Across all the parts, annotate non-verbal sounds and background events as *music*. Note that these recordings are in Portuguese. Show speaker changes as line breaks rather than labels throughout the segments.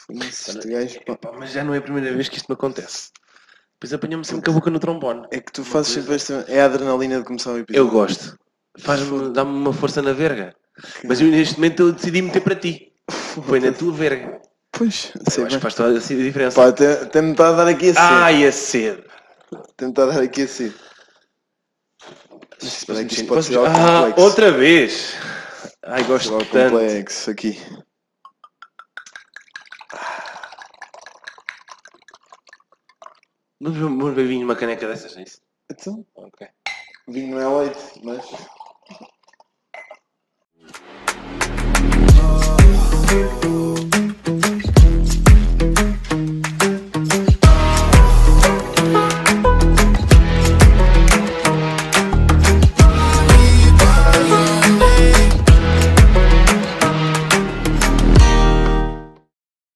Foda-se, este gajo, pá.
Pá, mas já não é a primeira vez que isto me acontece. Depois apanhamos sempre com a boca no trombone.
É que tu fazes sempre esta. É a adrenalina de começar o episódio.
Eu gosto. Faz-me, dá-me uma força na verga. Mas eu, neste momento eu decidi meter para ti. Foi na tua verga.
Pois, sei
Eu acho
é bem.
que faz toda a diferença.
Pá, até, até me está a dar aqui a cedo.
Ai, é a sede.
Até me está a dar aqui a cedo. Espera aí que isto pode
Posso-
ser algo
Ah,
complexo. é
outra vez. Ai, gosto
Algo
tanto.
um complexo aqui.
Vamos, vamos beber vinho numa caneca dessas, não é isso?
Então,
Ok.
vinho não é leite, mas.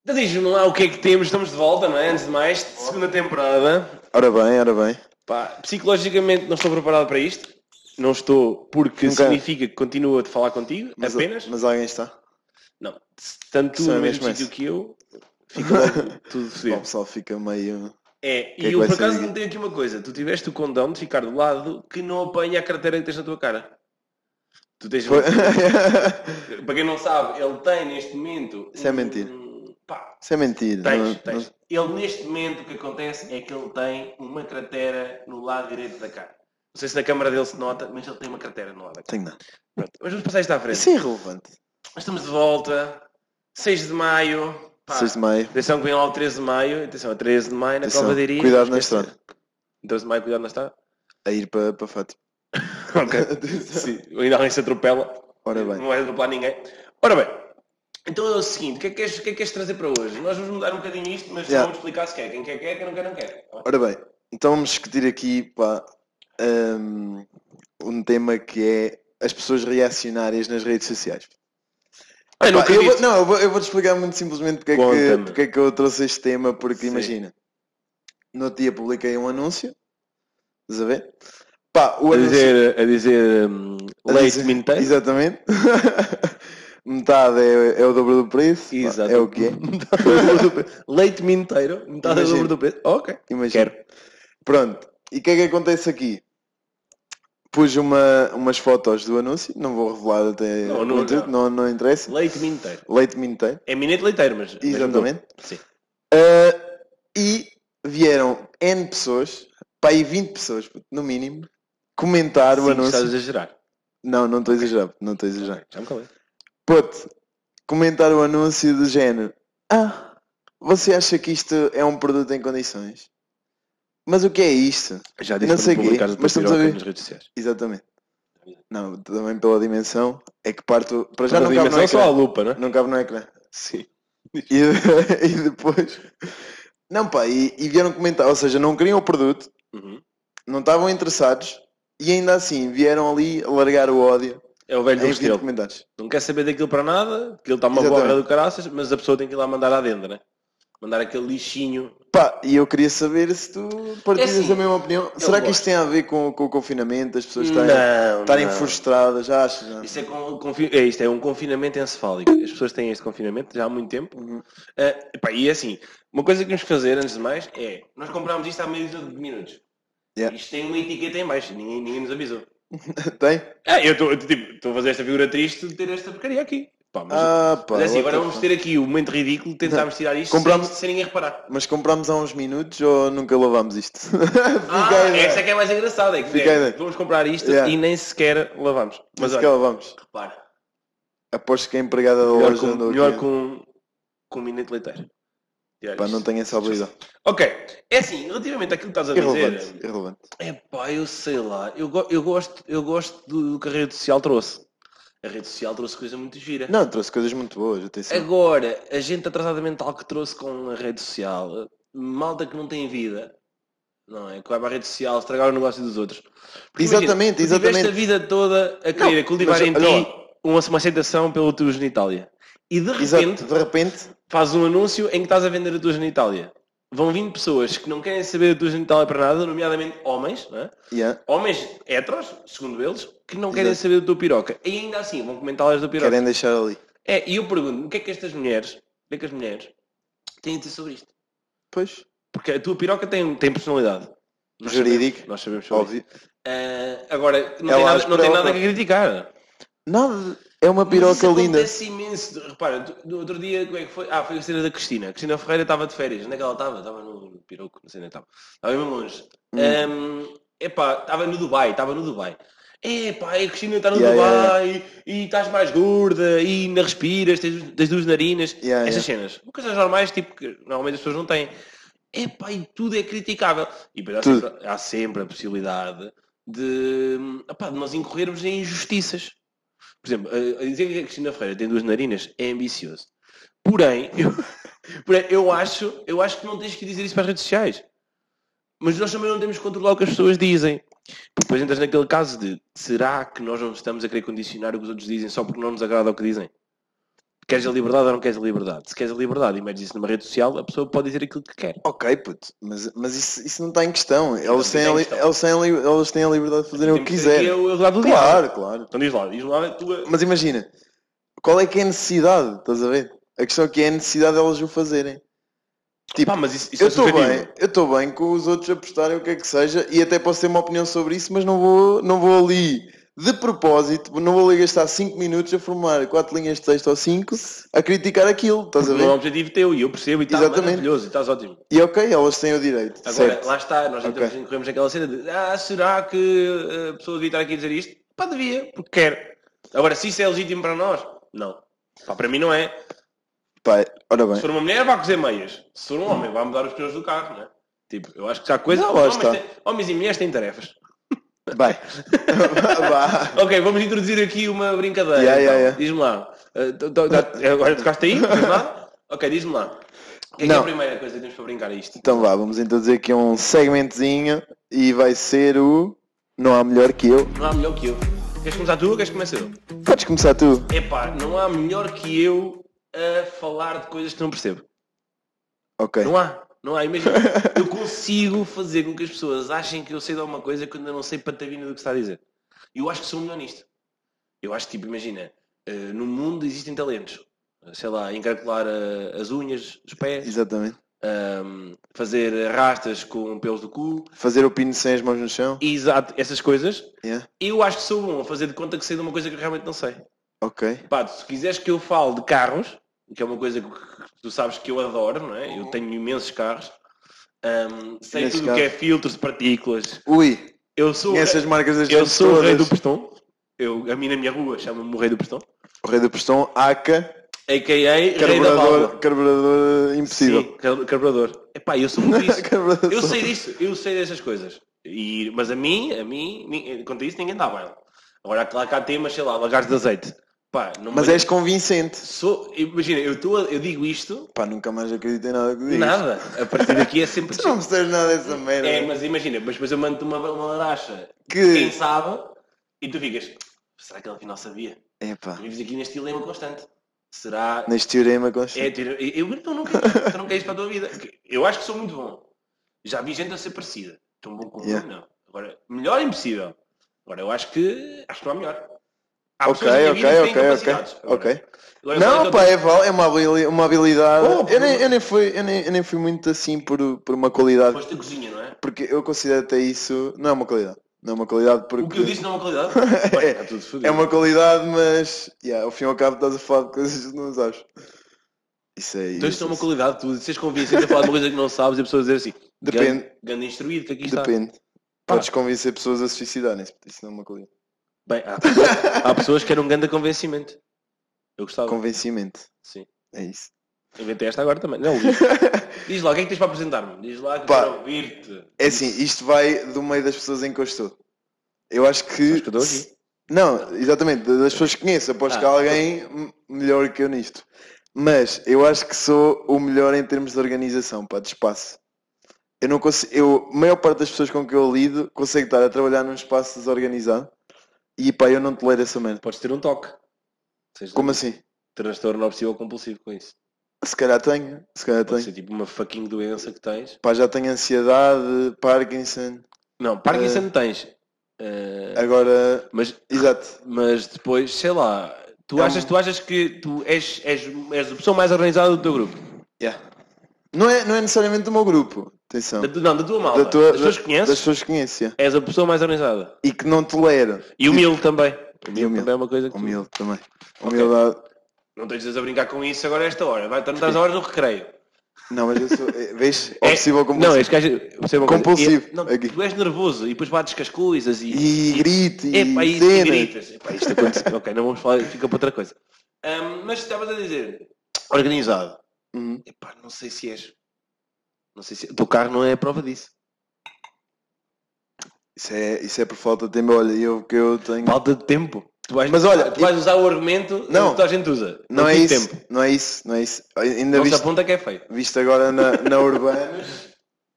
Então diz-me lá o que é que temos, estamos de volta, não é? Antes de mais, segunda temporada.
Ora bem, ora bem.
Pá, psicologicamente não estou preparado para isto. Não estou porque
Nunca.
significa que continuo a te falar contigo,
Mas,
apenas.
mas alguém está.
Não. Tanto tu
Só é
no mesmo
mesmo
sítio
esse.
que eu, fica
*laughs*
logo tudo
Pá, o
fodido.
pessoal fica meio. *laughs*
É,
que é
e
que
eu
vai
por
ser
acaso
aqui?
não tenho aqui uma coisa. Tu tiveste o condão de ficar do lado que não apanha a carteira que tens na tua cara. Tu tens... *laughs* Para quem não sabe, ele tem neste momento...
Isso é mentira.
um- Pá,
Isso é mentira. não- não-
Tens, tens. Ele neste momento o que acontece é que ele tem uma cratera no lado direito da cara. Não sei se na câmara dele se nota, mas ele tem uma cratera no lado da cara.
Tenho nada.
Pronto, mas vamos passar isto à frente.
Isso é irrelevante.
Estamos de volta, 6 de maio. Pá,
6 de maio.
Atenção que vem lá o 13 de maio. Atenção, a 13 de maio na
Atenção,
Cova de Iria.
cuidado
não
na
esquecer.
estrada.
13 de maio, cuidado na
*laughs*
estrada.
A ir para, para Fátima.
ok. *laughs* Sim, ainda alguém se atropela.
Ora bem.
Não vai atropelar ninguém. Ora bem. Então é o seguinte, o que é que queres, o que é que queres trazer para hoje? Nós vamos mudar um bocadinho isto, mas
Yeah.
vamos explicar se quer. Quem quer, quer. Quem não quer, não quer.
Ora bem, então vamos discutir aqui pá, um, um tema que é as pessoas reacionárias nas redes sociais.
Eu
Pá, eu vou, não, eu vou, eu vou-te explicar muito simplesmente porque é, que,
Conta-me.
porque é que eu trouxe este tema, porque
Sim.
imagina, no outro dia publiquei um anúncio, estás a ver? Pá, o
a
anúncio-
dizer, a dizer hum,
a
leite
dizer-
minteiro.
Exatamente. *laughs* Metade é, é o dobro do preço, pá,
Exato.
é o *laughs* que é.
Metade do dobro do preço. leite minteiro, metade do
Imagino.
dobro do peso. Ok.
Imagina.
Quero.
Pronto, e o que é que acontece aqui? Pus uma, umas fotos do anúncio, não vou revelar até
Não, não,
muito, não, não interessa.
Leite minteiro.
Leite minteiro,
É minete leiteiro, mas. mas
exatamente.
mudou. Sim.
Ah, e vieram N pessoas, para aí 20 pessoas, puto, no mínimo, comentar o
Sim,
anúncio.
estás a exagerar.
Não, não estou a exagerar, não estou a exagerar.
Já me calei.
Puto, comentar o anúncio do género. Ah, você acha que isto é um produto em condições? Mas o que é isto?
Já
disse Não para sei não quê, publicares a tua mas estamos a piroca ver. nas
redes sociais.
Exatamente. Não, também pela dimensão, é que parto. Para já
Já
não cabe no
não é só a
ecrã.
lupa, não é?
Não cabe no ecrã.
Sim.
E, e *laughs* depois. Não, pá, e, e vieram comentar, ou seja, não queriam o produto,
Uhum.
não estavam interessados e ainda assim vieram ali largar o ódio
É o velho do
em 20
estilo.
comentários.
Não quer saber daquilo para nada, que ele está uma
Exatamente.
borra do caraças, mas a pessoa tem que ir lá mandar à denda, né? Mandar aquele lixinho.
Pá, e eu queria saber se tu partilhas
assim,
da mesma opinião. Será que
gosto.
isto tem a ver com, com o confinamento, as pessoas estarem,
Não,
é. estarem
não.
frustradas, já achas? Não?
Isto é, con- confi- é isto, é um confinamento encefálico. As pessoas têm este confinamento já há muito tempo.
Uhum.
Ah, epá, e é assim, uma coisa que temos que fazer, antes de mais, é... Nós comprámos isto há meio de minutos.
Yeah.
Isto tem uma etiqueta em baixo, ninguém, ninguém nos avisou.
Tem?
Ah, eu estou tipo, estou a fazer esta figura triste de ter esta porcaria aqui. Pá, mas,
Ah, pá.
mas é assim,
what
agora
the
vamos
fuck.
ter aqui o momento ridículo de tentarmos tirar isto
Comprámos-
sem, sem ninguém reparar.
Mas comprámos há uns minutos ou nunca lavámos isto? *laughs* Fica
Ah,
aí,
esta é que é mais engraçada, é que
Fica
é,
aí, né?
vamos comprar isto
Yeah.
e nem sequer lavamos. Mas
Mas
olha,
cá vamos.
repara,
Aposto que a empregada da
melhor
loja
com,
andou
melhor
aqui.
com, com um minuto leiteiro. Tirar
Pá, não
isto.
tenho essa habilidade.
Ok, é assim, relativamente àquilo que estás a dizer,
Irrelevante, irrelevante.
Epá, eu sei lá. Eu, go- eu gosto, eu gosto do, do que a rede social trouxe. A rede social trouxe coisa muito gira.
Não, trouxe coisas muito boas,
É,
atenção.
Agora, a gente atrasada mental que trouxe com a rede social, malta que não tem vida, não é? Que vai para a rede social estragar o negócio dos outros. Porque
Exatamente,
tu tiveste
exatamente.
a vida toda a querer
Não,
cultivar
mas
em
olha
ti uma, uma aceitação pela tua genitália. E de repente
Exato, de repente,
faz um anúncio em que estás a vender a tua genitália. Vão vindo pessoas que não querem saber da tua genitália para nada, nomeadamente homens, não é?
yeah,
homens heteros, segundo eles, que não querem
Exato.
saber da tua piroca. E ainda assim vão comentar las da piroca.
querem deixar ali.
É, e eu pergunto, o que é que estas mulheres, o que é que as mulheres têm a dizer sobre isto.
Pois,
Porque a tua piroca tem, tem personalidade. Nós
Jurídico.
sabemos- nós sabemos sobre
óbvio.
isso. Ah, agora, não
Ela
tem,
às
nada, não tem
perolas.
nada que criticar.
Nada, é uma
Mas
piroca
isso
linda.
acontece imenso. Repara, do, do outro dia, como é que foi? Ah, foi a cena da Cristina. A Cristina Ferreira estava de férias. Onde é que ela estava? Estava no Piroco, não sei onde é que estava. Estava mesmo longe.
Hum.
Ahm, epá, estava no Dubai, estava no Dubai. Epá, a Cristina está no
Yeah, yeah,
Dubai e estás mais gorda e ainda respiras, tens das duas narinas.
Yeah,
Estas cenas. Coisas normais, tipo, que normalmente as pessoas não têm. Epá, e tudo é criticável. E depois há,
Tudo.
sempre, há sempre a possibilidade de, epá, de nós incorrermos em injustiças. Por exemplo, a, a dizer que a Cristina Ferreira tem duas narinas é ambicioso. Porém, *laughs* eu, porém, eu acho, eu acho que não tens que dizer isso para as redes sociais. Mas nós também não temos que controlar o que as pessoas dizem. Porque Depois entras naquele caso de será que nós não estamos a querer condicionar o que os outros dizem só porque não nos agrada o que dizem? Queres a liberdade ou não queres a liberdade? Se queres a liberdade e metes isso numa rede social, a pessoa pode dizer aquilo que quer.
Ok, puto, mas, mas isso, isso não está em questão. Elas
não
têm,
está
a
em
li-
questão.
elas têm a li- elas têm a liberdade de fazerem o que
Temos aqui
quiserem.
o- o lado do diabo.
Claro, claro.
Então diz lá, diz lá a tua...
Mas imagina, qual é que é a necessidade? Estás a ver? A questão é que é a necessidade delas o fazerem. Tipo,
Pá, mas isso, isso
eu
é
estou
subjetivo.
bem, eu estou bem com os outros apostarem o que é que seja e até posso ter uma opinião sobre isso, mas não vou, não vou ali de propósito, não vou ali gastar 5 minutos a formar 4 linhas de texto ou 5 a criticar aquilo, estás a
Não é um
ver?
objetivo teu e eu percebo e está
Exatamente.
maravilhoso e estás ótimo.
E ok, elas têm o direito,
Agora,
certo?
lá está, nós
Ok.
entramos, corremos naquela cena de ah, será que eh, a pessoa devia estar aqui a dizer isto? Pá, devia, porque quer. Agora, se isso é legítimo para nós, não. Pá, para mim não é.
Pá, ora
Se
bem,
for uma mulher, vai cozer meias. Se for um homem, vai mudar os pneus do carro, não é? Tipo, eu acho que já há coisa.
Não, lá
homens,
está.
têm- homens e mulheres têm tarefas.
vai. *laughs* Vá.
Ok, vamos introduzir aqui uma brincadeira.
Yeah,
então.
yeah, yeah.
Diz-me lá. Eh, to- to- to- Agora tocaste aí? Diz lá? Ok, diz-me lá. O que é, que é
Não.
a primeira coisa que temos para brincar a isto?
Então vá, vamos então dizer que é um segmentozinho e vai ser o Não há melhor que eu.
Não há melhor que eu. Queres começar tu ou queres começar eu?
Podes começar tu.
Epá, não há melhor que eu a falar de coisas que não percebo.
Ok.
Não há. Não há. Imagina,
*laughs*
eu consigo fazer com que as pessoas achem que eu sei de alguma coisa quando eu não sei patavina do que está a dizer. Eu acho que sou o melhor nisto. Eu acho que, tipo, imagina, eh, no mundo existem talentos. Sei lá, encalcular eh, as unhas, os pés,
Exatamente.
ahm, fazer rastas com pelos do cu.
Fazer o pino sem as mãos no chão.
Exato, essas coisas.
Yeah.
Eu acho que sou bom a fazer de conta que sei de uma coisa que eu realmente não sei.
Ok.
Pá, se quiseres que eu fale de carros, que é uma coisa que que tu sabes que eu adoro, não é? Eu
Uhum.
tenho imensos carros. Ahm, sei
Imensos
tudo o que é filtros de partículas.
Ui,
Eu sou,
conhece as marcas das
eu
luzes
sou o rei
é
do
todas.
pistão. Eu, a mim na minha rua chama-me o rei do pistão.
O rei do pistão, ACA,
A.K.A. rei da válvula.
carburador, é carburador impossível.
Sim, car- carburador. Epá, eu sou muito isso.
*laughs* Carburador
eu
só.
sei disso, eu sei dessas coisas. E, mas a mim, a mim, ni- quanto a isso, ninguém dá baile. Agora, claro que há temas, sei lá, lagares de azeite. Pá, não me
Mas é
venhas-
és convincente.
Sou, imagina, eu, tô, a- eu digo isto
Pá, nunca mais acreditei em nada que dizes.
Nada. A partir daqui é sempre.
*laughs* Tu não me sabes nada dessa merda.
é, mas imagina, mas depois eu mando-te uma, uma laracha. Quem
Que...
sabe? E tu ficas. Será que ele afinal sabia?
Epá,
Tu vives aqui neste dilema constante. Será.
neste teorema
É,
constante.
tu, eu, tu, não queres, tu não queres para a tua vida. Eu acho que sou muito bom. Já vi gente a ser parecida. Tão bom como
Yeah.
eu, não. Agora, melhor é impossível. Agora, eu acho que. Acho que não há melhor. Há
Ok,
pessoas na
ok,
minha vida que têm
ok,
capacidades.
ok.
Agora-
Ok.
agora eu
Não,
sou-
pá, é, val- é uma habili- uma habilidade.
Oh,
eu, nem, eu, nem fui, eu, nem, eu nem fui muito assim por, por uma qualidade.
Foste a cozinha, não é?
Porque eu considero até isso. Não é uma qualidade. Não é uma qualidade porque.
O que eu disse não é uma qualidade. Bem, está tudo fodido.
*laughs* É uma qualidade, mas yeah, ao fim e ao cabo estás a falar de coisas que não sabes. Isso aí.
Então isto é uma qualidade, tu seres convencido a falar de uma coisa que não sabes e a pessoa dizer assim,
Depende.
"Gan- Ganda instruído que aqui está.
Depende. Podes convencer pessoas a se suicidarem, se- isso não é uma qualidade.
Bem, há, pessoas- há pessoas que eram um grande convencimento. Eu gostava.
Convencimento.
Sim.
É isso.
Inventei esta agora também. Não,
*laughs*
Luís. Diz lá, o que é que tens para apresentar-me? Diz lá que eu
Pá.
quero ouvir-te.
É assim, isto vai do meio das pessoas em que eu estou. Eu acho que.
Acho que eu estou aqui.
Não, exatamente, da- das pessoas que conheço. Aposto
Ah.
que há alguém m- melhor que eu nisto. Mas eu acho que sou o melhor em termos de organização, pá, de espaço. Eu não consigo, eu, a maior parte das pessoas com que eu lido consegue estar a trabalhar num espaço desorganizado e pá, eu não tolero essa merda.
Podes ter um toque. Seja
Como
um
assim?
transtorno obsessivo compulsivo com isso.
Se calhar tenho, se calhar tenho.
Pode ser tipo uma fucking doença que tens.
Pá, já tenho ansiedade, Parkinson,
Não, Parkinson tens. Eh,
agora,
mas
exato.
mas depois, sei lá, tu
É um-
achas, tu achas que tu és, és, és a pessoa mais organizada do teu grupo.
Yeah. Não é, não é necessariamente do meu grupo, atenção.
Da, tu- não, da tua malta.
Da tua-
das pessoas que conheces,
Das pessoas que conheces, yeah.
és a pessoa mais organizada.
E que não tolera.
E humilde também. Humilde,
humilde.
também é uma coisa que tu-
Humilde também. Humildade.
Não tens de a brincar com isso agora a esta hora. Vai,
*laughs*
não estás a hora do recreio.
Não, mas eu sou. é, Vês?
*laughs* É-
Obsessivo
Não,
compulsivo.
és gajo. percebe uma coisa?
Compulsivo,
E- não,
aqui.
tu és nervoso e depois bates com as coisas e.
E grito e
Epá, É, e, e
cena.
gritas. Epá, isto aconteceu. *laughs* ok, não vamos falar, fica para outra coisa. Ahm, mas estavas a dizer, organizado.
Uhum.
Epá, não sei se és. Não sei se. O teu carro não é a prova disso.
Isso, é, isso é por falta de tempo. Olha, eu que eu tenho.
Falta de tempo. Tu vais,
Uhum. Mas olha,
tu vais usar o argumento
Não.
que toda a gente usa.
Não é
tive
isso.
Tempo.
Não é isso. Não é isso. Ainda
Não se
visto,
aponta que é feio.
visto agora na, na Urbanos.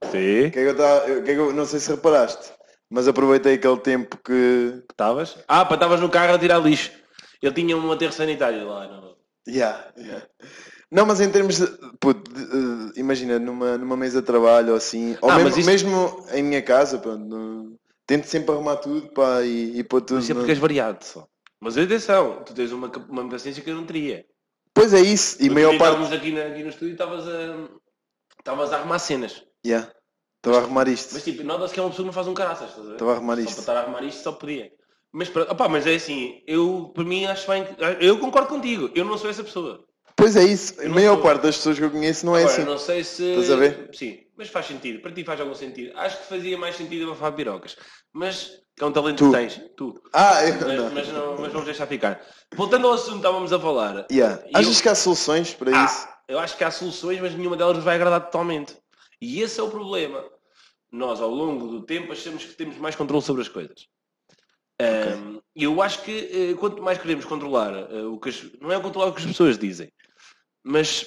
Sim.
O *laughs* que é que eu tava- o que é que eu- Não sei se reparaste. Mas aproveitei aquele tempo que.
Estavas? Ah, pá, estavas no carro a tirar lixo. Ele tinha um aterro sanitário lá. No...
Yeah, yeah. Não, mas em termos de, puto, de, eh, imagina, numa, numa mesa de trabalho ou assim, ou
Ah,
mesmo,
mas isso-
mesmo em minha casa, pronto, no- tento sempre arrumar tudo pá, e, e pôr tudo.
Mas sempre
no-
porque és variado só. Mas atenção, tu tens uma, cap- uma paciência que eu não teria.
Pois é isso, e
Outro
maior
dia
parte.
Estávamos aqui, na- aqui no estúdio e estavas a... Estavas a arrumar cenas.
Yeah. Estava a arrumar isto.
Mas tipo, nota-se que é uma pessoa que não faz um caraças, estás a ver?
Estava a arrumar
Só
isto.
para estar a arrumar isto só podia. Mas, pronto, opá, mas é assim, eu para mim acho bem que- Eu concordo contigo, eu não sou essa pessoa.
Pois é isso, a
não
maior
sou-
parte das pessoas que eu conheço não é
Agora,
assim.
não sei se.
Estás a ver?
Sim, mas faz sentido. Para ti faz algum sentido. Acho que fazia mais sentido abafar pirocas. Mas que é um talento
Tu.
que tens, tu.
Ah, eu
Mas,
não.
mas não- mas vamos deixar ficar. Voltando ao assunto que estávamos a falar.
Yeah.
E
Achas
eu- Ah,
que há soluções para
Há.
isso?
eu acho que há soluções, mas nenhuma delas nos vai agradar totalmente. E esse é o problema. Nós, ao longo do tempo, achamos que temos mais controle sobre as coisas. Ahm, E eu acho que eh, quanto mais queremos controlar eh, o que as, não é controlar o que as pessoas dizem, mas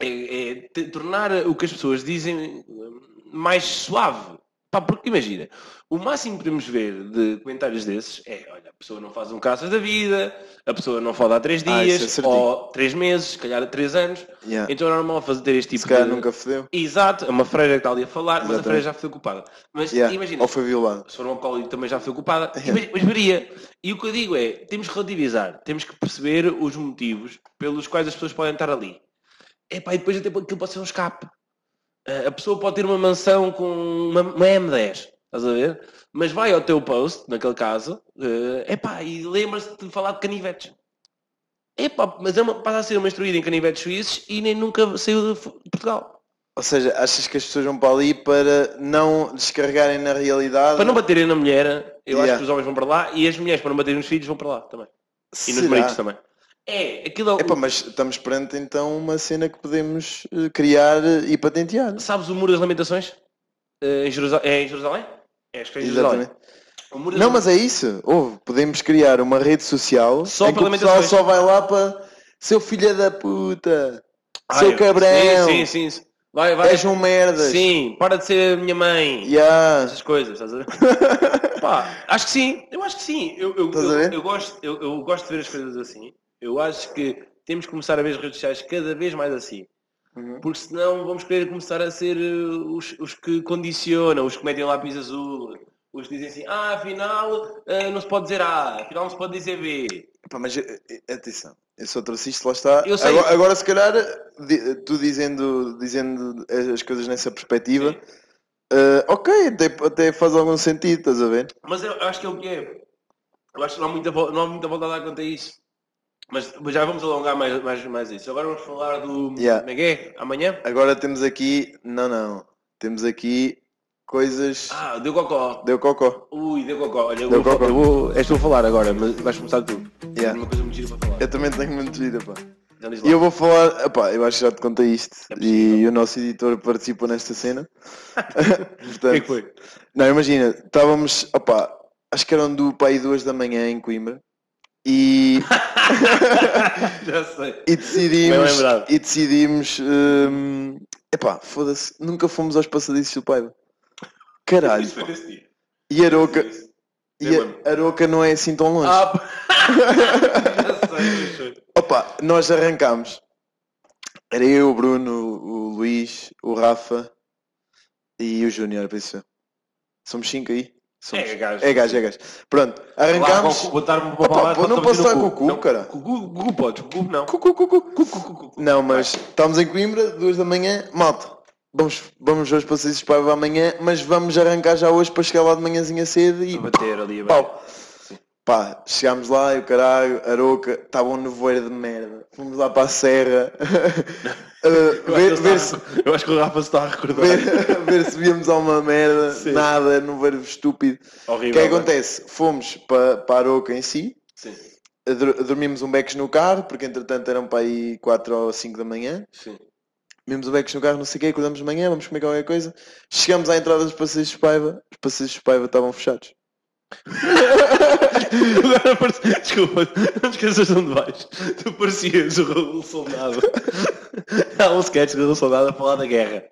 é, é te- tornar o que as pessoas dizem hum, mais suave. Pá, porque imagina, o máximo que podemos ver de comentários desses é, olha, a pessoa não faz um caso da vida, a pessoa não fala há três
Ah, isso é
dias,
certinho.
ou três meses, se calhar há três anos.
Yeah.
Então é normal fazer ter este tipo
Se calhar
de...
nunca fodeu.
Exato, é uma freira que está ali a falar, mas a
Exatamente.
freira já foi ocupada. Mas
Yeah.
imagina,
Ou foi violado.
se for um alcoólico também já foi ocupada, mas- mas varia. E o que eu digo é, temos que relativizar, temos que perceber os motivos pelos quais as pessoas podem estar ali. Epá, e depois até aquilo pode ser um escape. Ah, A pessoa pode ter uma mansão com uma, uma M10, estás a ver? Mas vai ao teu post, naquele caso, eh, epá, e lembra-se de falar de canivetes. Epá, mas é uma, passa a ser uma instruída em canivetes suíços e nem nunca saiu de F- Portugal.
Ou seja, achas que as pessoas vão para ali para não descarregarem na realidade?
Para não baterem na mulher, eu
Yeah.
acho que os homens vão para lá e as mulheres para não baterem nos filhos vão para lá também. E nos
Será?
maridos também. É, aquilo é
Epá, mas estamos perante então uma cena que podemos eh, criar eh, e patentear.
Sabes o Muro das Lamentações? Eh, em Jerusal- É em Jerusalém? É, acho que é em Jerusalém.
Exatamente.
O Muro das
Não, mas é isso. Houve, podemos criar uma rede social
Só
em que
para
o pessoal
lamentações.
só vai lá para seu filho da puta,
Ah,
seu
eu-
cabrão,
Sim, sim, sim. Vai, vai.
és um merda.
Sim, para de ser a minha mãe.
Yeah.
Essas coisas, estás a
*laughs*
ver? Pá, acho que sim, eu acho que sim. Eu, eu,
Estás a
eu-
ver?
eu gosto, eu, eu gosto de ver as coisas assim. Eu acho que temos que começar a ver as redes sociais cada vez mais assim.
Uhum.
Porque senão vamos querer começar a ser eh, os, os que condicionam, os que metem lápis azul, os que dizem assim, ah, afinal eh, não se pode dizer A, afinal não se pode dizer B.
Epá, mas eh, eh, atenção, eu só trouxe isto, lá está.
Eu sei.
Agora, agora, se calhar, di- tu dizendo, dizendo as coisas nessa perspectiva, eh, ok, até, até faz algum sentido, estás a ver?
Mas eu, eu acho que é o que é. Eu acho que não há muita, vo- não há muita volta a dar quanto a isso. Mas, mas já vamos alongar mais, mais, mais isso. Agora vamos falar do.
Yeah.
Como é que é? Amanhã?
Agora temos aqui. Não, não. Temos aqui coisas.
Ah, deu cocó.
Deu cocó.
Ui, deu cocó. Olha, eu
Deu
vou, fa-
cocó.
eu vou. És tu a falar agora, mas vais começar tu.
Yeah.
Uma coisa muito gira para falar.
Eu também tenho muito gira, pá.
Então diz lá.
E eu vou falar. Epá, eu acho que já te contei isto.
É
e o nosso editor participou nesta cena.
*laughs*
Portanto,
O que é que foi? *laughs*
Não, imagina, estávamos. Opá, acho que eram do pai duas da manhã em Coimbra. E,
já sei.
e decidimos.
*laughs* Bem lembrado.
E decidimos. hum, epá, foda-se. Nunca fomos aos passadiços do pai. Caralho.
Isso foi nesse dia.
E Aroca. E
Eu lembro.
a Aroca não é assim tão longe.
Ah, p- *laughs* já sei, já sei.
Opa, nós arrancámos. Era eu, o Bruno, o Luís, o Rafa e o Júnior, penso eu. Somos cinco aí.
Somos-
É gajo, é gajo. Pronto, arrancámos.
Lá, botar-me para
Opa,
falar,
pô, não
estamos
posso
a ir
estar
no
com o cu,
Não,
cara.
com o cu- Cu podes, com o cu não.
Cu, cu, cu, cu.
Cu, cu, cu, cu, cu.
Não, mas estamos em Coimbra, duas da manhã, malta. Vamos, vamos hoje para Seixas Paiva amanhã, mas vamos arrancar já hoje para chegar lá de manhãzinha cedo e
A bater ali a bater.
pau. Pá, chegámos lá e o caralho, Aroca, estava um nevoeiro de merda. Fomos lá para a serra. *laughs* uh,
Eu acho que
ver,
ele
ver,
está
se,
a recor- Eu acho que o Rafa se está a
*laughs*
recordar.
ver, ver se víamos alguma merda.
Sim.
Nada, nevoeiro estúpido. O
Horrível.
que é que
não é?
acontece? Fomos para, para Aroca em si.
Sim,
Dur- Dormimos um becos no carro, porque entretanto eram para aí 4 ou 5 da manhã.
sim.
Dormimos um becos no carro, não sei o quê, acordamos de manhã, vamos comer qualquer coisa. Chegamos à entrada dos passeios de Paiva, os passeios de Paiva estavam fechados.
Agora parece... *laughs* Desculpa, não te esqueças de onde vais. Tu parecias o Raul Soldado. *laughs* Há um sketch do Raul Soldado a falar da guerra.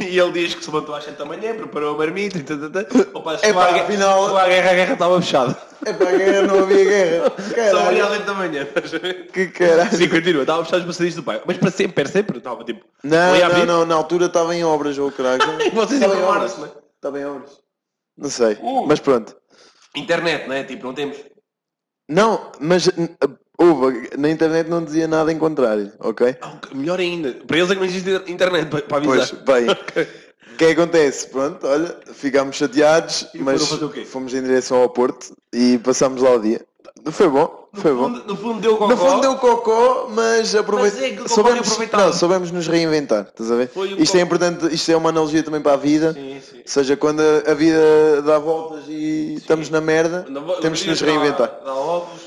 E ele diz que se levantou às 7 da manhã, preparou a marmita e tata, Ou pá, chegou,
Epá,
à guerra,
afinal-
chegou à guerra, a guerra estava fechada.
É para a guerra, não havia *laughs* guerra.
Só abria às
Caralho,
8 da manhã. *laughs* estás a ver?
que caralho.
Sim, continua. Estava fechado os passadinhos do pai. Mas para sempre, para sempre. Estava tipo...
Não,
Foi a
não,
abrir?
não, na altura estava em obras, ou *laughs* caralho.
E *laughs* vocês
Estava em
informaram-se,
obras.
não é?
Estava em obras. Não sei,
Uh.
mas pronto.
Internet, não é? Tipo, não temos...
Não, mas n- houve, na internet não dizia nada em contrário, ok?
Ah, ok, melhor ainda. Para eles é que não existe internet para, para
Pois,
avisar.
bem. O que é que acontece? Pronto, olha, ficámos chateados,
E
mas
foram fazer o quê?
fomos em direção ao Porto e passámos lá o dia. Foi bom,
*laughs* No
foi bom.
fundo, no fundo deu cocó.
No fundo deu cocó, mas, aprove...
Mas é que o cocó é
soubemos...
aproveitado.
Não, soubemos nos reinventar, estás a ver?
Foi o
Isto é
cocó.
importante, isto é uma analogia também para a vida.
Sim, sim.
Ou seja, quando a a vida dá voltas e estamos na merda,
Não vou-
temos que nos
imagina,
reinventar.
Dá, dá ovos,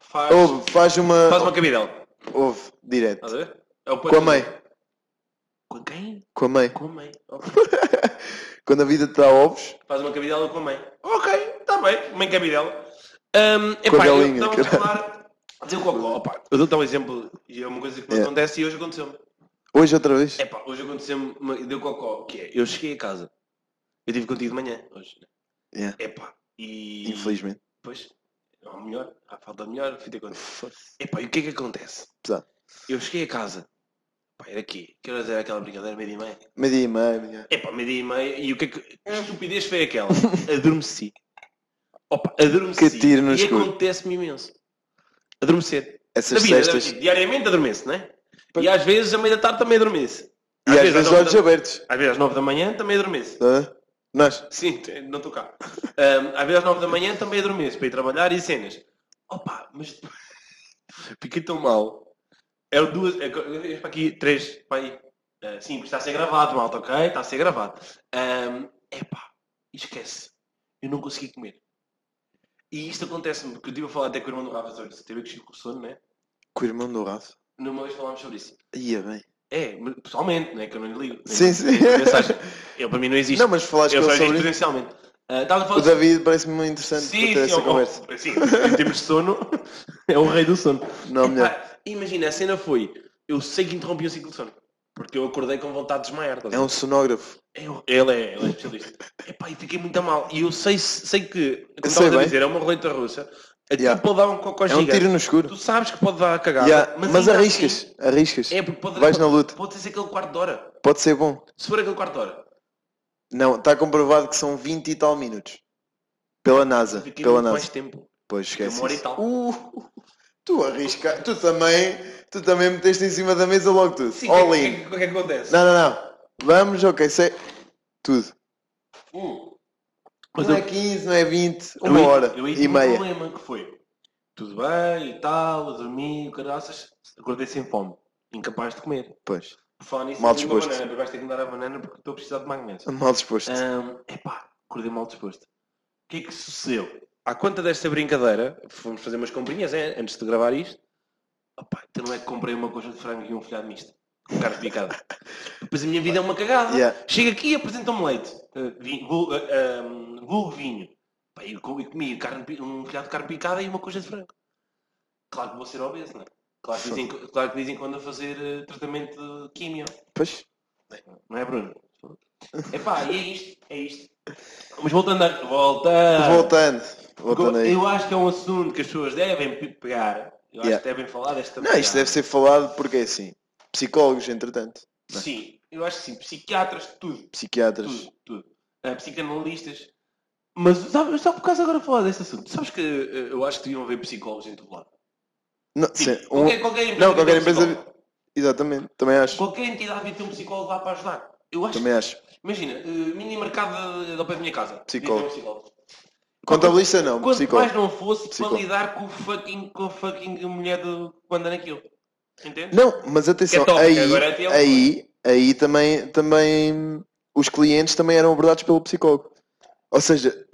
faz,
Houve, faz uma.
faz uma cabidela.
Houve,
Estás
direto.
a ver? É o
Com a
peixe.
mãe,
Com quem?
com a mãe.
Com a mãe. Ok.
Quando a vida te dá ovos,
faz uma cabidela com a mãe. Ok, está bem. Mãe cabidela. Um,
Com a
epá, eu
galinha,
estava a
caralho.
falar... Dizer o cocó, opá, eu dou-te um exemplo e é uma coisa que me
É.
acontece e hoje aconteceu-me.
hoje outra vez.
Epá, hoje aconteceu-me, uma- deu cocó, que é, eu cheguei a casa, eu tive contigo de manhã hoje. né?
Yeah.
Epá, e...
Infelizmente.
Pois, há melhor, há falta de melhor, fui ter contigo. Epá, e o que é que acontece?
Pesado.
Eu cheguei a casa, pá, era aqui, que horas era aquela brincadeira, meio dia e meia?
Meio-dia e meia.
Epá, meio dia e meia, e o que é que... que estupidez foi
*laughs*
aquela? Adormeci. Opa, adormeci.
Que tiro no
e
escuro.
acontece-me imenso. Adormecer. Na
Essas
vida, na
cestas.
vida, diariamente adormeço, não é?
Pois.
E às vezes, a meia da tarde também adormeço.
E às vezes
à nove
olhos
da-
abertos.
às vezes às 9 da manhã também adormeço.
Hã? Nós.
Sim, t- não estou cá. Ahm, às vezes às 9 da manhã também adormeço para ir trabalhar e cenas. Opa, mas *laughs* fiquei tão mal. É o duas, é, co- é para aqui, três, para aí. Ah, cinco, está a ser gravado, malta, ok? Está a ser gravado. Ahm, epá, esquece. Eu não consegui comer. E isto acontece-me, porque eu estive a falar até com o irmão do Rafa sobre isso. Teve que chegar com sono, né?
Com o irmão do Rafa.
Numa vez falámos sobre isso.
Ia bem.
É, mas pessoalmente, não é que eu não lhe ligo.
Sim, sim.
Mensagem. Ele para mim não existe.
Não, mas falaste
Eu
com
só
ele
existe
sobre isso.
presencialmente. Ah, Estava a falar
O David parece-me muito interessante
Sim, é um
para ter
sim,
essa
ó,
conversa.
ó, sim, em termos de sono, é o rei do sono.
Não,
Epá,
melhor.
Imagina, a cena foi, eu sei que interrompi o ciclo de sono, porque eu acordei com vontade de desmaiar. estás a
É um sonógrafo.
ver? Eu- ele, é, ele é especialista. Epá, e fiquei muito a mal. E eu sei, sei que, como
Eu sei
estavas a
bem.
dizer, é uma roleta russa, a ti
Yeah.
pode dar um cocó
É um
gigante.
tiro no escuro.
Tu sabes que pode dar a cagada,
Yeah, Mas,
ainda
arriscas.
assim,
Arriscas.
é porque pode,
Vais na luta.
pode ser aquele quarto de hora.
Pode ser bom.
Se for aquele quarto de hora.
Não, está comprovado que são 20 e tal minutos. Pela NASA.
Fiquei
Pela
muito
NASA.
mais tempo.
Pois esquece.
Uma hora e
isso.
tal.
Uh, tu arrisca. Tu também. Tu também meteste em cima da mesa logo tudo.
Sim, o
All
que,
in.
é que- o que é que acontece?
Não, não, não. Vamos, ok, sei. Tudo.
Hum. Mas
não
eu-
é 15, não é 20,
Eu
uma
aí-
hora
eu aí
e
tive um
meia.
problema que foi. Tudo bem e tal, eu dormi, o caraças, acordei sem fome, incapaz de comer.
Pois,
Por falar nisso,
Mal
eu tenho uma
disposto.
banana, vais ter que me dar a banana porque estou a precisar de magnésio.
tá mal disposto.
Ahm, epá, acordei mal disposto. O que é que sucedeu? À conta desta brincadeira, fomos fazer umas comprinhas é, antes de gravar isto. Opá, então não é que comprei uma coxa de frango e um folhado misto. Com carne
*laughs*
picada. Depois a minha vida é uma cagada.
Yeah.
Chego aqui e apresentam-me leite. Uh, vinho, vul- uh, um, vulgo vinho. Pá, e co- e comi carne pi- um folhado de carne picada e uma coxa de frango. Claro que vou ser obeso, não é? Claro que dizem, que- claro que dizem quando a fazer uh, tratamento de químio.
Pois,
Não é, Bruno? Epá, e é isto, é isto. Mas voltando a... Voltando.
voltando. Voltando aí.
Ah. Eu acho que é um assunto que as pessoas devem pe- pegar. Eu acho
Yeah.
que devem falar desta
Não, isto
maneira.
deve ser falado porque é assim. Psicólogos, entretanto. não é?
Sim, eu acho que sim. Psiquiatras, tudo.
Psiquiatras.
Tudo, tudo. Ah, psicanalistas. Mas sabe- só por causa agora de falar desse assunto. Sabes que eh, eu acho que deviam haver psicólogos em todo lado.
Não,
Sim,
sim, um-
qualquer, qualquer empresa
não, qualquer
devia ter um
empresa-
psicólogo.
Exatamente, também acho.
Qualquer entidade devia ter um psicólogo lá para ajudar. Eu acho.
Também acho.
Imagina, eh, mini mercado do pé da minha casa. devia ter um
Psicólogo.
psicólogo.
Contabilista não,
Quanto mais
psicólogo.
não fosse
Psicólogo.
para lidar com o fucking, com a fucking mulher do que manda naquilo. Entende?
Não, mas atenção,
Que é top,
aí,
que agora é teu,
aí, aí também, também os clientes também eram abordados pelo psicólogo. Ou seja,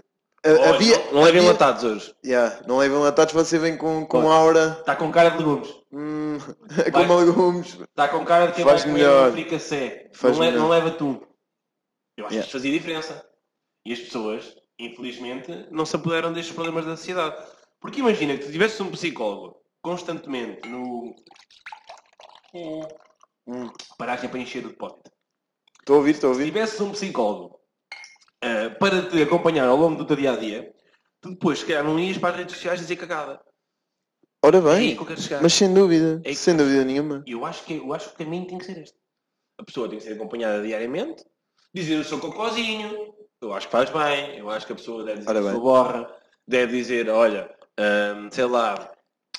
a-
Olha,
havia.
não, não levem
havia-
latados hoje.
Yeah, não é levem latados, você vem com, com
Olha.
aura.
Está com cara de legumes.
Hum, *laughs*
Vai.
com legumes.
Está Tá com cara de quem
Faz
vai
melhor.
comer um fricassé.
Faz
não, le
melhor.
não leva atum. Eu
Yeah.
acho que isto fazia diferença. E as pessoas, infelizmente, não se apoderam destes problemas da sociedade. Porque imagina que tu tivesses um psicólogo constantemente no...
Hum,
Paragem para encher o depósito.
Estou a ouvir, estou a
Se
ouvir.
tivesses um psicólogo ah, para te acompanhar ao longo do teu dia-a-dia, tu depois, se calhar, não ias para as redes sociais dizer cagada.
Ora
É aí
bem,
que eu quero chegar.
mas sem dúvida,
É que-
sem dúvida nenhuma.
Eu acho, que, eu acho que o caminho tem que ser este. A pessoa tem que ser acompanhada diariamente, dizer o seu cocôzinho, eu acho que faz bem, eu acho que a pessoa deve dizer
Ora
a
bem.
sua borra, deve dizer, olha, hum, sei lá,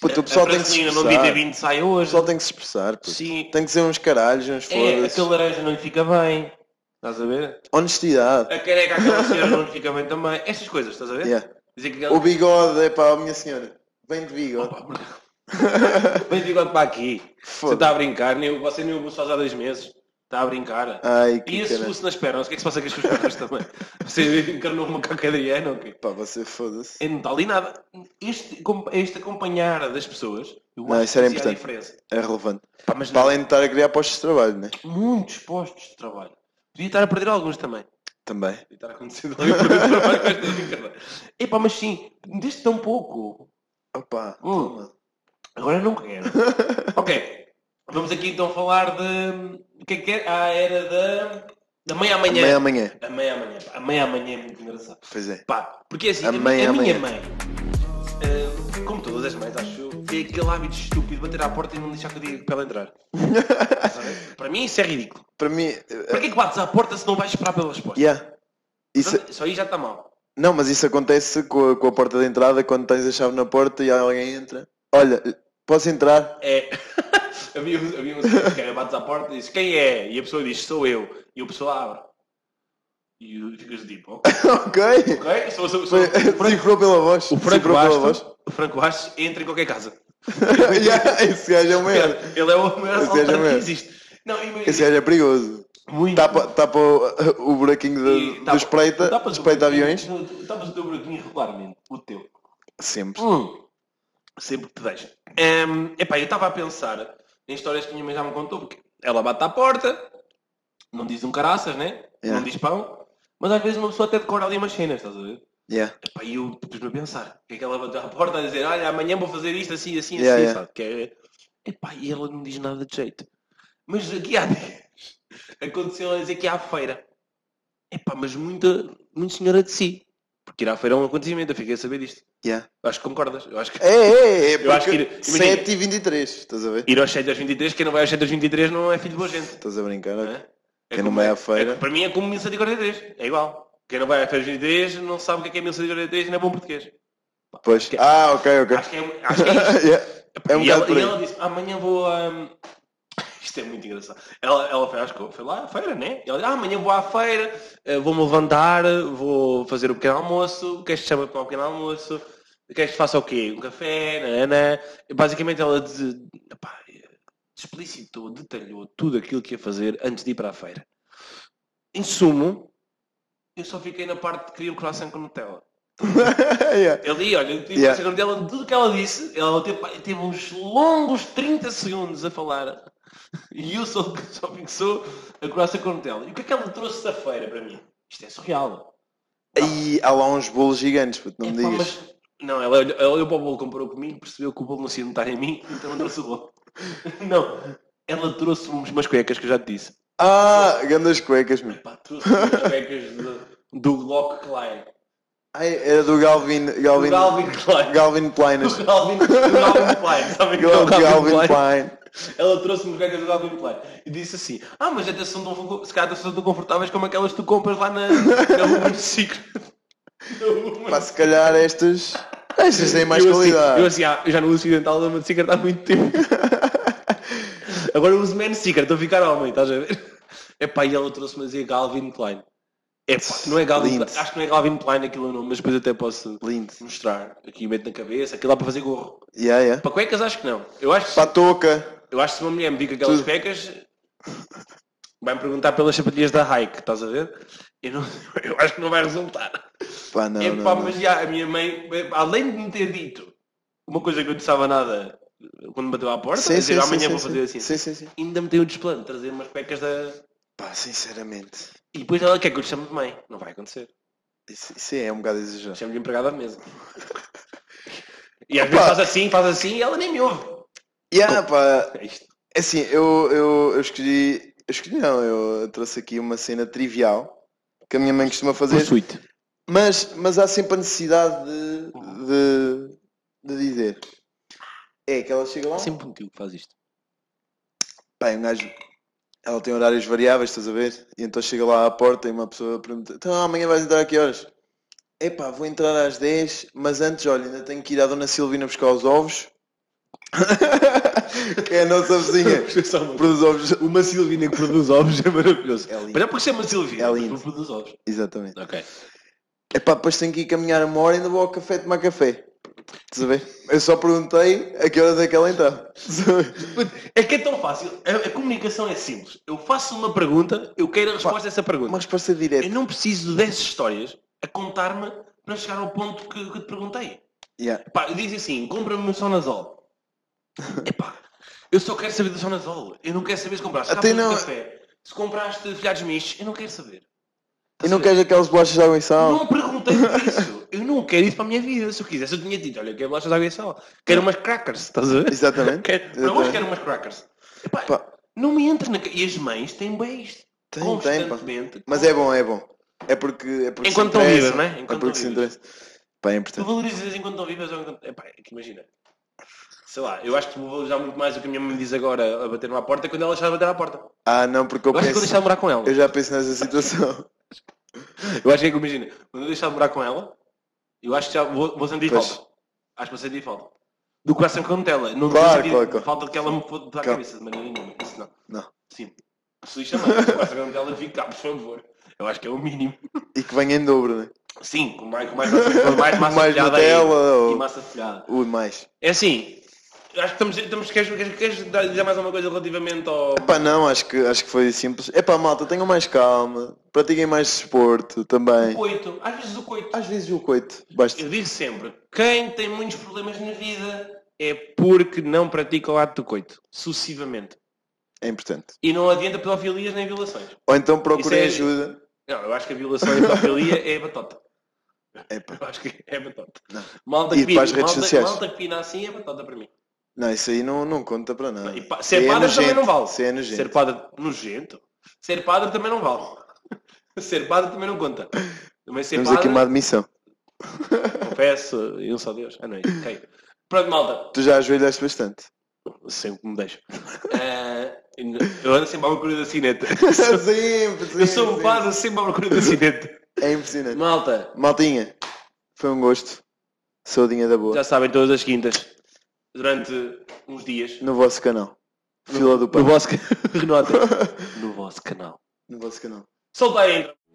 Puto,
a-
o pessoal
a
tem que se
Francelina não devia ter
expressar.
vindo sai
O
hoje.
pessoal tem que se expressar. puto.
Sim,
Tem que ser uns caralhos, uns
é,
foda-se.
aquele laranja não lhe fica bem. Estás a ver?
Honestidade.
A careca aquela senhora não lhe fica bem também. Estas coisas, estás a ver?
Yeah.
Dizer que aquela...
O bigode, é pá, minha senhora. Vem de bigode.
Opa, *laughs* Vem de igual para aqui. Você tá-
Foda-se.
está a brincar, nem, o- você nem o buço faz há dois meses. Está a brincar.
Ai,
E
que
esse
caralho.
susto nas pernas, o que é que se passa com as suas pernas também? *laughs* Você encarnou uma cacadriana ou quê?
Pá, você foda-se.
É, Não está ali nada. Este, com- este acompanhar das pessoas, eu
Não,
acho
isso era
que fazia a
importante.
diferença.
É relevante.
Pá, mas
Para
não,
além de estar a criar postos de trabalho, né?
muitos postos de trabalho. Podia estar a perder alguns também.
Também.
Podia estar a
*laughs*
acontecer um de alguém perder trabalho com esta brincadeira. Epá, mas sim, deste tão pouco.
Opa.
Hum, agora
*laughs*
não quero. ok, vamos aqui então falar de... O que é que é? Ah, era da... Da meia
Amanhã,
amanhã.
amanhã.
A meia amanhã. pá, A meia amanhã é muito engraçado.
Pois é.
Pá, porque assim,
A
a, mi-
mãe
a
é a mãe.
minha mãe, ah, como todas as mães, acho eu, tem aquele hábito estúpido de bater à porta e não deixar que eu diga para
*laughs*
ela entrar. Sabe? Para mim isso é ridículo.
Para mim. eh,
Para que é que bates à porta se não vais esperar pela resposta?
Yeah. é Isso,
Portanto, Isso aí já está mal.
não, mas isso acontece com a, com a porta de entrada quando tens a chave na porta e alguém entra. Olha, posso entrar? *laughs*
É. *laughs* havia, um- havia um senhor que era, bates à porta e diz quem é? E a pessoa diz sou eu. E a pessoa abre. E o- ficas tipo, ok,
ok.
ok, sou, sou, sou.
Foi, *laughs* cifrou pela voz.
O Franco
Cifrou pela voz. *laughs*
Bastos, o Franco Bastos entra em qualquer casa.
Yeah, esse gajo é o maior.
Ele é o maior
Esse gajo é
assaltante que
mesmo.
existe. Não, imagina.
Esse gajo é perigoso.
Muito.
Tapa, tapa o, o buraquinho
E tá
de,
tapa-
do espreita,
tapas o
espreita
buraquinho-
aviões.
tu Tapas o teu buraquinho regularmente, o teu.
Sempre.
Sempre que te deixa. Ehm, epá, eu estava a pensar em histórias que a minha mãe já me contou, porque ela bate à porta, não diz um caraças, né?
Yeah.
Não diz pão, mas às vezes uma pessoa até decora ali umas cenas, estás a ver?
Yeah.
Epá, e eu pus-me a pensar, que é que ela bateu à porta a dizer, olha, amanhã vou fazer isto assim, assim,
Yeah,
assim,
yeah.
sabe? Que é... Epá, e ela não diz nada de jeito. Mas aqui há *laughs* dias aconteceu ela dizer que ia à feira. Epá, mas muita, muito senhora de si. Porque ir à feira é um acontecimento, eu fiquei a saber disto.
Yeah.
Acho que concordas. Eu acho que
É, é, é.
Eu acho
porque
que ir-
7 e 23, estás a ver?
ir aos 7 aos 23, quem não vai aos 7 aos 23 não é filho de boa gente.
Estás a brincar?
não é? É
Quem não
como-
vai à
é-
feira.
é- para mim é como 1743, é igual. Quem não vai à feira aos 23 não sabe o que é que é 1743 e não é bom português.
Pois.
Que-
Ah, ok, ok. *laughs*
Acho que é, acho que é *laughs* isto.
Yeah. É um
e,
bocado
ela,
por
e
aí.
ela disse, amanhã vou a... Isto é muito engraçado. Ela, ela foi, às co- foi lá à feira, né? E ela disse, ah, amanhã vou à feira, eh, vou-me levantar, vou fazer o pequeno almoço, queres te chamar para o é pequeno almoço, queres que faça o quê? Um café, nanana. Basicamente ela des- epá, explicitou, detalhou tudo aquilo que ia fazer antes de ir para a feira. Em sumo, eu só fiquei na parte de queria um croissant com Nutella.
Yeah.
Ali, olha, eu tive
Yeah.
yeah. dela tudo o que ela disse, ela teve, teve uns longos 30 segundos a falar. E eu só, só fixou a croissant com Nutella. E o que é que ela trouxe da feira para mim? Isto é surreal.
Aí há lá uns bolos gigantes, puto, não me
Epá,
digas.
É mas- Não, ela olhou, ela olhou para o bolo, comparou comigo, percebeu que o bolo não se ia notar em mim, então não trouxe o bolo. *laughs* Não, ela trouxe uns- umas cuecas que eu já te disse.
Ah, grandes cuecas, meu.
Epá,
*laughs*
trouxe umas cuecas do, do Glock Klein.
Ai, era do Galvin. Galvin.
Do Galvin Klein.
Galvin Plinas.
*laughs* Do Galvin, do
*laughs*
Galvin Klein. Sabem que é o
Galvin,
Klein?
Klein.
Ela trouxe-me cuecas do Calvin Klein e disse assim, ah, mas até são tão, se calhar até são tão confortáveis como aquelas que tu compras lá na, na Woman's Secret. Eu deu uma.
Pá, se calhar estas. Estas têm mais
eu, Assim,
qualidade.
eu assim, ah, eu já não uso fio dental da Mad Secret há muito
*laughs*
tempo. Agora eu uso Man Secret, estou a ficar homem, estás a ver? Epá, e ela trouxe-me a dizer Galvin Klein. Epá, não é Galvin
Lindo.
Klein, acho que não é Galvin Klein aquilo não, mas depois até posso
Lindo.
mostrar. Aqui meto na cabeça, aquilo dá para fazer gorro.
Yeah, yeah.
Para cuecas acho que não. Eu acho,
Para a touca.
eu acho que se uma mulher me diga aquelas
Tudo.
cuecas, vai-me perguntar pelas sapatilhas da Hike, estás a ver? Eu, não- *laughs* eu acho que não vai resultar.
Pá, não,
É
não,
pá,
não.
mas já, a minha mãe, além de me ter dito uma coisa que eu não estava nada quando bateu à porta, a dizer amanhã vou
sim,
fazer
sim. Sim,
assim,
sim, sim.
ainda me tem o desplano de trazer umas cuecas da.
Pá, sinceramente.
E depois ela quer que eu lhe chame de mãe. Não vai acontecer.
Isso, isso é um bocado exagerado.
Chamo-lhe empregada à
*laughs*
mesa. E às
Opa!
vezes faz assim, faz assim e ela nem me ouve.
Yeah, pá,
É isto.
é assim, eu, eu, eu escolhi. Eu escolhi não, eu trouxe aqui uma cena trivial que a minha mãe costuma fazer. Mas, mas há sempre a necessidade de, de, de dizer. É que ela chega lá.
Há sempre um tio que faz isto.
Pá, um gajo. Ela tem horários variáveis, estás a ver? E então chega lá à porta e uma pessoa pergunta: Então amanhã vais entrar a que horas? Epá, vou entrar às 10, mas antes, olha, ainda tenho que ir à Dona Silvina buscar os ovos. *laughs* que é a nossa vizinha.
*laughs* Só uma-
Produz ovos.
Uma Silvina que produz ovos é maravilhoso.
É lindo.
Mas é porque chama Silvina,
É
mas
lindo.
não produz ovos.
Exatamente.
Ok.
É pá, depois tenho que ir caminhar uma hora e ainda vou ao café tomar café. Estás a ver? Eu só perguntei a que horas é que ela
*laughs*
entrava. Estás a ver?
É que é tão fácil. A, a comunicação é simples. Eu faço uma pergunta, eu quero a resposta a essa pergunta.
Uma resposta
Eu
direta.
não preciso de 10 histórias a contar-me para chegar ao ponto que, que te perguntei.
Yeah.
Pá, diz assim, compra-me um Sonazol. *laughs* Epá, eu só quero saber do Sonazol. Eu não quero saber se compraste
Até
cápsulas
não-
de café, se compraste filhados mistos. Eu não quero saber.
E não
Estás a ver?
queres aquelas bolachas de água e sal?
Não perguntei isso. Eu não quero isso para a minha vida. Se eu quisesse, eu tinha dito, olha, eu quero bolachas de água e sal. Quero umas crackers, estás a ver?
Exatamente.
Quero, para
Exatamente.
hoje quero umas crackers. Epá,
Pá.
Não me entra na... ca- E as mães têm bem isto.
Tem, tem, pá.
Constantemente.
Mas é bom, é bom. É porque. É porque
Enquanto
se
estão
interessa,
vivas, não é?
é
Enquanto
porque se
estão vivas.
interessa. Pá, é
Tu
importante.
valorizas enquanto não vives ou enquanto... Epá, é que imagina. Sei lá, eu acho que vou valorizar muito mais o que a minha mãe me diz agora a bater-me à porta quando ela deixar de bater à porta. Eu,
Ah, não, porque eu
acho que vou
penso.
deixar de morar com ela.
Eu já penso nessa situação. *laughs*
Eu acho que é que imagina, quando eu deixar de morar com ela, eu acho que já vou, vou sentir
Pois.
falta. Acho que vou sentir falta. Do que vai sempre com Nutella. Não
Claro,
vou sentir
claro, claro.
falta que ela me pôde dar a
Claro.
cabeça de maneira nenhuma. Isso não.
Não.
Sim. Se lhe chamar, se começa com Nutella, fica, por favor. Eu acho que é o mínimo.
E que venha em dobro, né?
Sim, com mais, com mais, com mais massa
Mais
folhada
Nutella,
aí.
ou-
E massa folhada.
Ui, mais.
É assim, acho que estamos... estamos queres, queres, queres dar- dizer mais alguma coisa relativamente ao...
Pá, não, acho que, acho que foi simples. É pá, malta, tenham mais calma. Pratiquem mais desporto também.
coito? Às vezes o coito.
Às vezes o coito. Basta.
Eu digo sempre, quem tem muitos problemas na vida é porque não pratica o ato do coito. Sucessivamente.
É importante.
E não adianta pedofilias nem violações.
Ou então procurem
Isso é-
ajuda.
Não, eu acho que a violação e a pedofilia é batota.
É pá.
Eu acho que é batota.
Não.
Malta
E
que, pina,
para as redes
malta-
sociais.
malta que pina assim é batota para mim.
Não, isso aí não, não conta para nada.
E pá,
Isso
ser
aí é
padre também
nojento.
não vale.
Isso aí é nojento.
Ser padre nojento. Ser padre também não vale. *laughs* Ser padre também não conta. Também ser
Temos aqui
padre,
uma admissão.
confesso, e um só Deus. Ah, não é isso. Ok. Pronto, malta.
Tu já ajoelhaste bastante.
*laughs* Sempre que me deixo. Ah, eu ando sempre à procura da *laughs* cineta.
sempre, sempre,
Eu sou um
sempre.
padre sempre à procura da cineta.
É impressionante.
Malta,
Maltinha, foi um gosto. Saudinha da boa.
já sabem, todas as quintas, durante uns dias,
No vosso canal. Fila do
no
Pão.
*laughs* vosso, ca- Renota, no vosso canal.
*laughs* No vosso canal.
Solta aí, então.